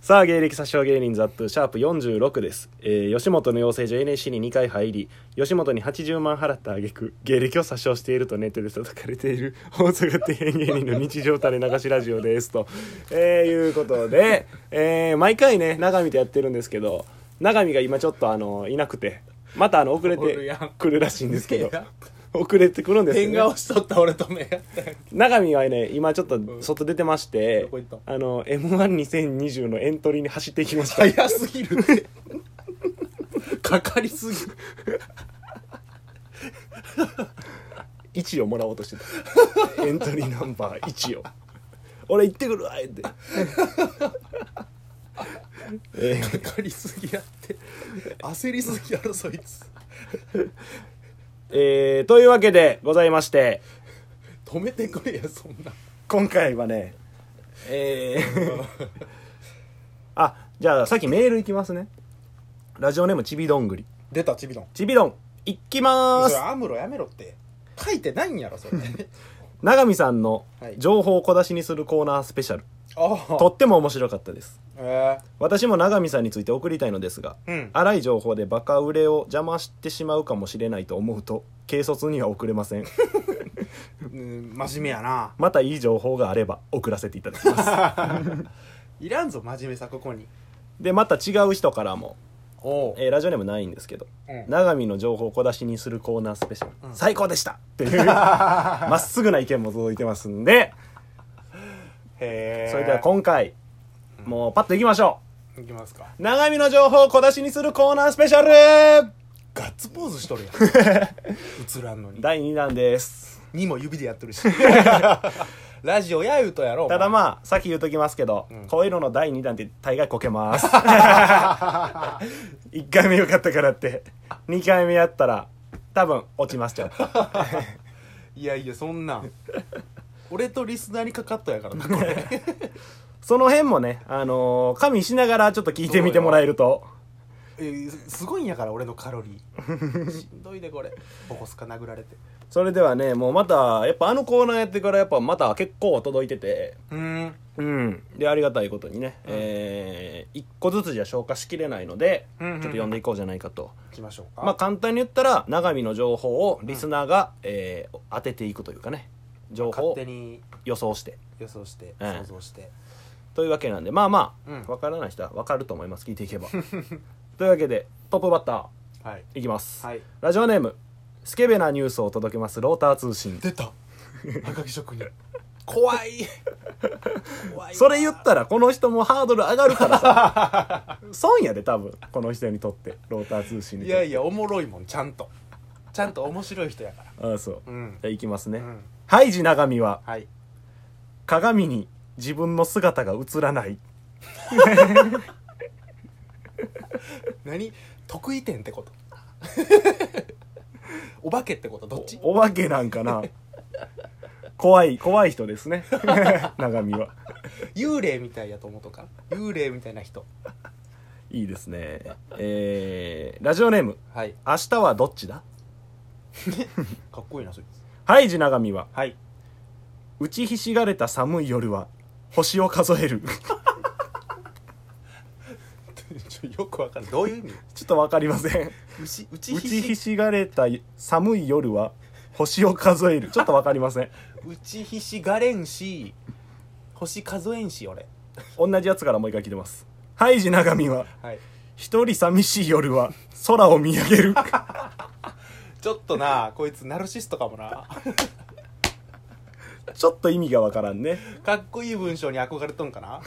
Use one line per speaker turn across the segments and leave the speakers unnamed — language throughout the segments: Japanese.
さあ芸歴詐称芸人ザップシャープ46です、えー、吉本の養成所 NSC に2回入り吉本に80万払った挙句芸歴を詐称しているとネットで叩かれている 大阪底辺芸人の日常垂れ流しラジオですと、えー、いうことで、えー、毎回ね永見とやってるんですけど永見が今ちょっとあのいなくてまたあの遅れてくるらしいんですけど。遅れてくるんですよ、
ね、変顔しとった俺と目
中身はね今ちょっと外出てまして、うん、あの m 1 2 0 2 0のエントリーに走っていきました
早すぎるかかりすぎ
1をもらおうとしてたエントリーナンバー1を俺行ってくるわって
えー、かかりすぎやって焦りすぎやろそいつ
えー、というわけでございまして
止めてくれやそんな
今回はねえー、あじゃあさっきメールいきますねラジオネームちびどんぐり
出たちびどん
ちびどんいきまーす
それアムロやめろって書いてないんやろそれ
永見さんの情報を小出しにするコーナースペシャル、はい、とっても面白かったです、
えー、
私も永見さんについて送りたいのですが、
うん、
荒い情報でバカ売れを邪魔してしまうかもしれないと思うと軽率には送れません
真面目やな
またいい情報があれば送らせていただき ます
いらんぞ真面目さここに
でまた違う人からもえー、ラジオネームないんですけど、
うん、
長見の情報を小出しにするコーナースペシャル、うん、最高でしたって いうまっすぐな意見も届いてますんで
へ
えそれでは今回、うん、もうパッといきましょ
ういきますか
長見の情報を小出しにするコーナースペシャル
ガッツポーズしとるやん 映らんのに
第2弾です
2も指でやって るしラジオや言うとやろ
ただまあ、さっき言うときますけど、うん、こういうのの第2弾って大概こけます。1回目よかったからって、2回目やったら、多分落ちますちゃう。
いやいや、そんな 俺とリスナーにかかったやからな、これ。
その辺もね、あのー、加味しながらちょっと聞いてみてもらえると。
えー、すごいんやから俺のカロリ ーしんどいでこれボコスカ殴られて
それではねもうまたやっぱあのコーナーやってからやっぱまた結構届いてて
うん
うんでありがたいことにね、うん、えー、1個ずつじゃ消化しきれないので、
うんうんうん、
ちょっと読んでいこうじゃないかと
いきましょうか
まあ簡単に言ったら永見の情報をリスナーが、うん、えー、当てていくというかね情報を予想して
予想して、うん、想像して
というわけなんでまあま
あ、うん、
分からない人は分かると思います聞いていけ ばというわけでトップバッタ
ー、はい、
いきます、
はい、
ラジオネームスケベなニュースを届けますローター通信
出 た赤木職人怖い
それ言ったらこの人もハードル上がるからさ 損やで多分この人にとってローター通信に
いやいやおもろいもんちゃんとちゃんと面白い人やから
ああそう、
うん、
じゃあいきますね、
うん、
ハイジ長見は、
はい、
鏡に自分の姿が映らない
何得意点って ことお化けってことどっち
お化けなんかな怖い怖い人ですね 長見は
幽霊みたいやと思うとか幽霊みたいな人
いいですねえー、ラジオネーム、
はい、
明日はどっちだ
かっこいいなそいつ
はいじ長見は、
はい、
打ちひしがれた寒い夜は星を数える
よくわかんないどういう意味
ちょっとわかりません
打ち打
ちひしがれた寒い夜は星を数えるちょっとわかりません
打ちひしがれんし星数えんし俺
同じやつからもう一回聞いてますハイジ長見は、
はい、
一人寂しい夜は空を見上げる
ちょっとなこいつナルシストかも な
ちょっと意味がわからんね。
かっこいい文章に憧れとんかな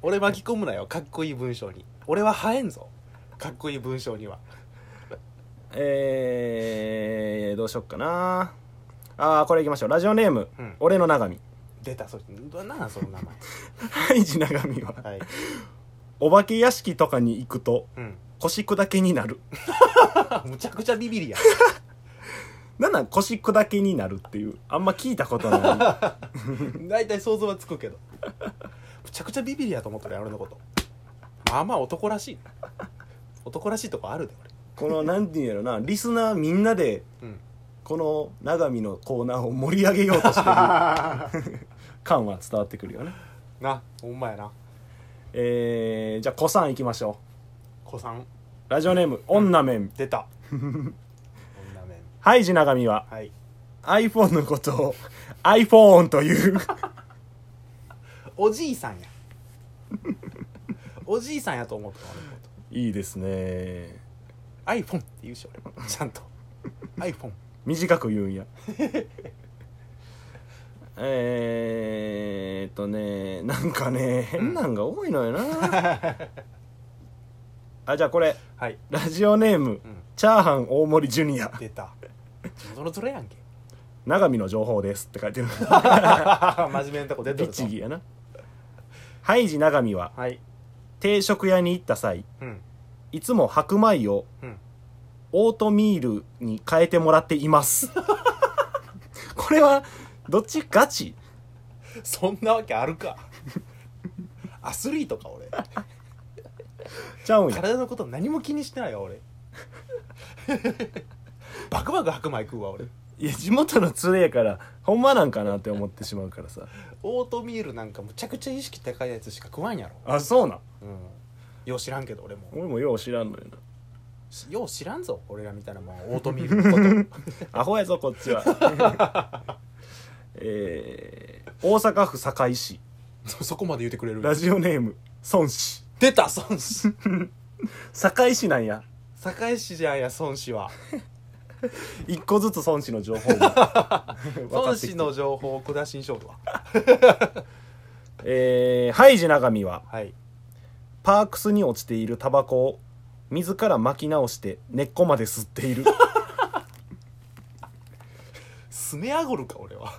俺巻き込むなよ、かっこいい文章に。俺は生えんぞ。かっこいい文章には。
えー、どうしよっかな。あー、これいきましょう。ラジオネーム、
うん、
俺の長見。
出た、それ。なんなん、その名前。
ハイジ長見は、
はい、
お化け屋敷とかに行くと、
うん、
腰砕けになる。
むちゃくちゃビビりや。
なんなん腰砕けになるっていうあんま聞いたことない
大体想像はつくけどむちゃくちゃビビりやと思ったら俺のことまあまあ男らしい男らしいとこあるで
俺このなんていうんやろなリスナーみんなで、
うん、
この永見のコーナーを盛り上げようとしてる感は伝わってくるよね
なほんまやな
えー、じゃあ子さんいきましょ
子さん
うラジオネーム「女面」
出た女面
ハイジ長見は
はい
iPhone のことを iPhone という
おじいさんやおじいさんやと思った俺のこと
いいですね
iPhone って言うし俺ちゃんと iPhone
短く言うんや えーっとねなんかね変なんが多いのよなあじゃあこれ
はい
ラジオネーム、
うん
チャーハン大森ジュニア
出た地元のズレやんけ
長見の情報ですって書いてる
真面目なとこ出てるぞ
律儀やなハイジ長見は
はい
定食屋に行った際
うん
いつも白米を
うん
オートミールに変えてもらっています これはどっちガチ
そんなわけあるかアスリートか俺
ちゃうんや
体のこと何も気にしてないわ俺 バクバク白米食うわ俺
いや地元の連れやからほんまなんかなって思ってしまうからさ
オートミールなんかむちゃくちゃ意識高いやつしか食わんやろ、
あそうなん
うん、よう知らんけど俺も
俺もよう知らんのよな
しよう知らんぞ俺らみたいなもんオートミールのこ と
アホやぞこっち はえー、大阪府堺市
そそこまで言ってくれる
ラジオネーム孫子
出た孫子
堺市なんや
堺市じゃんや孫子は
一個ずつ孫子の情 報が分か
孫
ってき
子
て
の情報を下しにしようとは
えー、ハイジ長見は
はい
パークスに落ちているタバコを自ら巻き直して根っこまで吸っている
スネアゴルか俺は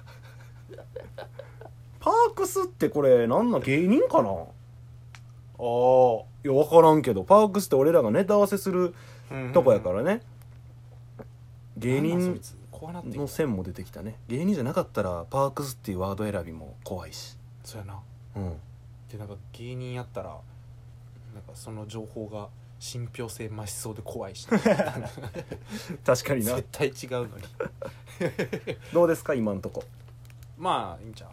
パークスってこれなんなん芸人かな
おお
いや分からんけどパークスって俺らがネタ合わせするとこやからね芸人
怖なってきた
の線も出てきたね芸人じゃなかったらパークスっていうワード選びも怖いし
そうやな
うん
でなんか芸人やったらなんかその情報が信憑性増しそうで怖いし
確かに な
絶対違うのに
どうですか今んとこ
まあいいんちゃう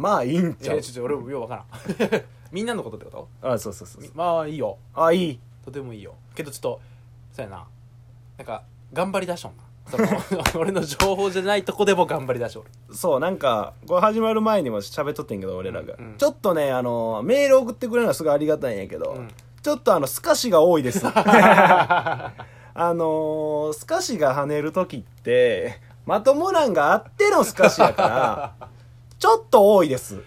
まあいいん
い
ちゃ
や
う
ちょっと俺もようわからん みんなのことってこと
あそうそうそうそう
まあいいよ
あいい
とてもいいよけどちょっとそうやななんか頑張りだしょんなその 俺の情報じゃないとこでも頑張りだしょる
そうなんかこれ始まる前にも喋っとってんけど俺らが、
うんうん
ちょっとねあのメール送ってくれるのはすごいありがたいんやけど、
うん
ちょっとあのスカシが多いです あのースカシが跳ねる時ってまともなんがあってのスカシやから ちょっと多いです
だか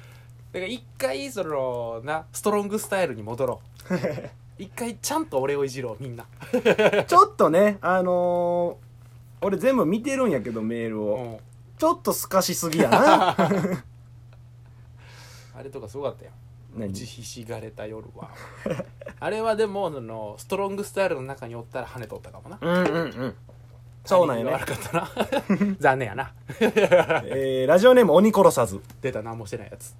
ら一回そのなストロングスタイルに戻ろ う一回ちゃんと俺をいじろうみんな
ちょっとねあのー俺全部見てるんやけどメールを、
うん
ちょっとスカしすぎや な
あれとかすごかったよ打
何
ちひしがれた夜は あれはでもそのストロングスタイルの中におったら跳ねとったかもな
うんうんうんそうなんやね
タイ、ミングが悪かったな 残念やな
えーラジオネーム鬼殺さず
出た何もしてないやつ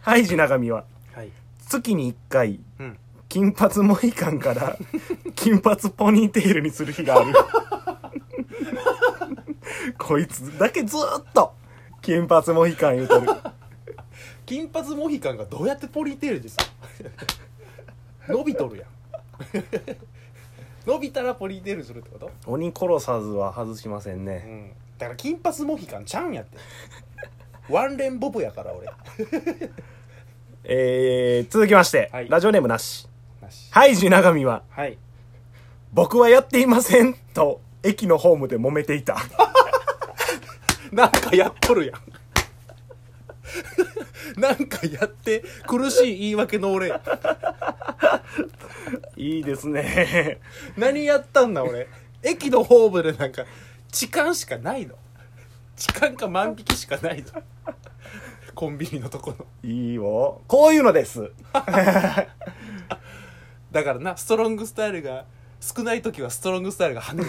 ハイジ長見は
はい
月に1回
うん
金髪モヒカンから 金髪ポニーテールにする日がある こいつだけずーっと金髪モヒカン言うとる
金髪モヒカンがどうやってポリテールでさ 伸びとるやん 伸びたらポリテールするってこと
鬼殺さずは外しません
う
ね
んだから金髪モヒカンちゃうんやってワンレンボブやから俺
えー、続きまして、
はい
ラジオネームなし
なし
ハイジ長見は
はい
僕はやっていませんと駅のホームで揉めてい た
なんかやっとるやん なんかやって苦しい言い訳の俺
いいですね
何やったんだ俺駅のホームでなんか痴漢しかないの痴漢か万引きしかないのコンビニのとこの
いいよこういうのです
だからなストロングスタイルが少ない時はストロングスタイルが跳ね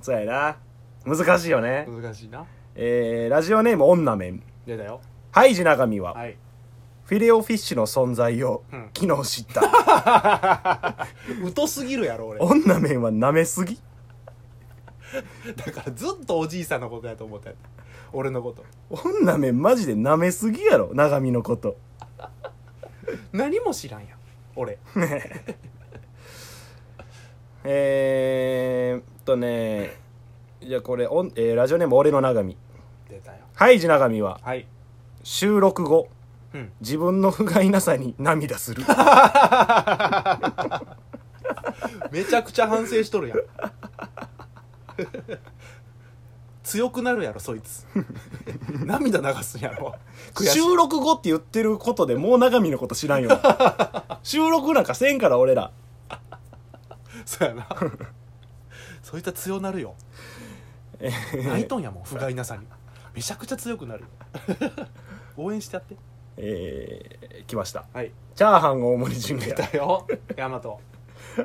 そうやな難しいよね、
る難しいな
えー、ラジオネーム女面
出たよ
ハイジ長見は、
はい
フィレオフィッシュの存在を
うん
昨日知 った。
疎すぎるやろ俺
女面は舐めすぎ
だからずっとおじいさんのことやと思ったよ俺のこと
女面マジで舐めすぎやろ長見のこと。
何も知らんやん俺
えーっとねじゃあこれおん、えーラジオネーム俺の長見
出たよ
ハイジ長見は
はい
収録後
うん
自分の不甲斐なさに涙する
めちゃくちゃ反省しとるやん強くなるやろそいつ涙流すんやろ 悔しい
収録後って言ってることでもう長見のこと知らんよ 収録なんかせんから俺ら
そうやなそういった強なるよ泣いとんやもん不甲斐なさにめちゃくちゃ強くなるよ応援してやって
えー、来ました
はい
チャーハン大盛りジュニ
だよ大和
ア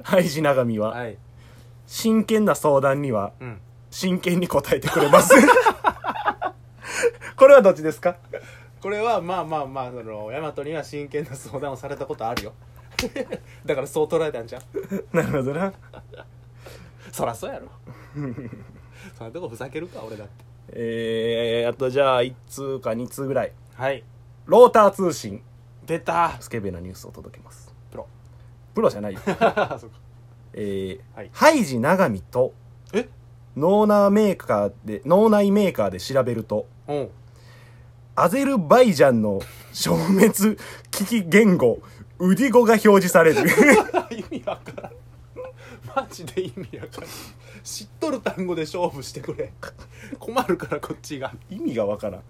ハイジ長見は、
はい
真剣な相談には
うん
真剣に答えてくれます これはどっちですか
これはまあまあまあその大和には真剣な相談をされたことあるよだからそう捉えたんじゃん
なるほどな
そらそう やろそんなとこふざけるか俺だって
えー、あとじゃあ1通か2通ぐらい
はい
ローター通信
出た
スケベなニュースを届けます
プロ
プロじゃないよ
そうか
えー
はい
ハイジ長見と
え
脳内メーカーで脳内メーカーで調べると
うん
アゼルバイジャンの消滅危機言語ウディ語が表示される
意味わからんマジで意味わからん知っとる単語で勝負してくれ困るからこっちが
意味がわからん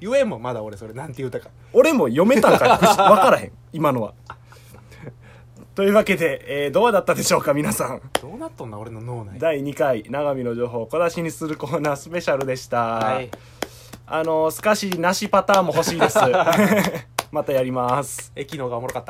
言えんもんまだ俺それなんて言うたか
俺も読めたんか不思分からへん今のはというわけで、えーどうだったでしょうか皆さん
どうなっとんな俺の脳内
第2回長見の情報を小出しにするコーナースペシャルでした、
はい
あのー、すかしなしパターンも欲しいですまたやります
駅の方がおもろかった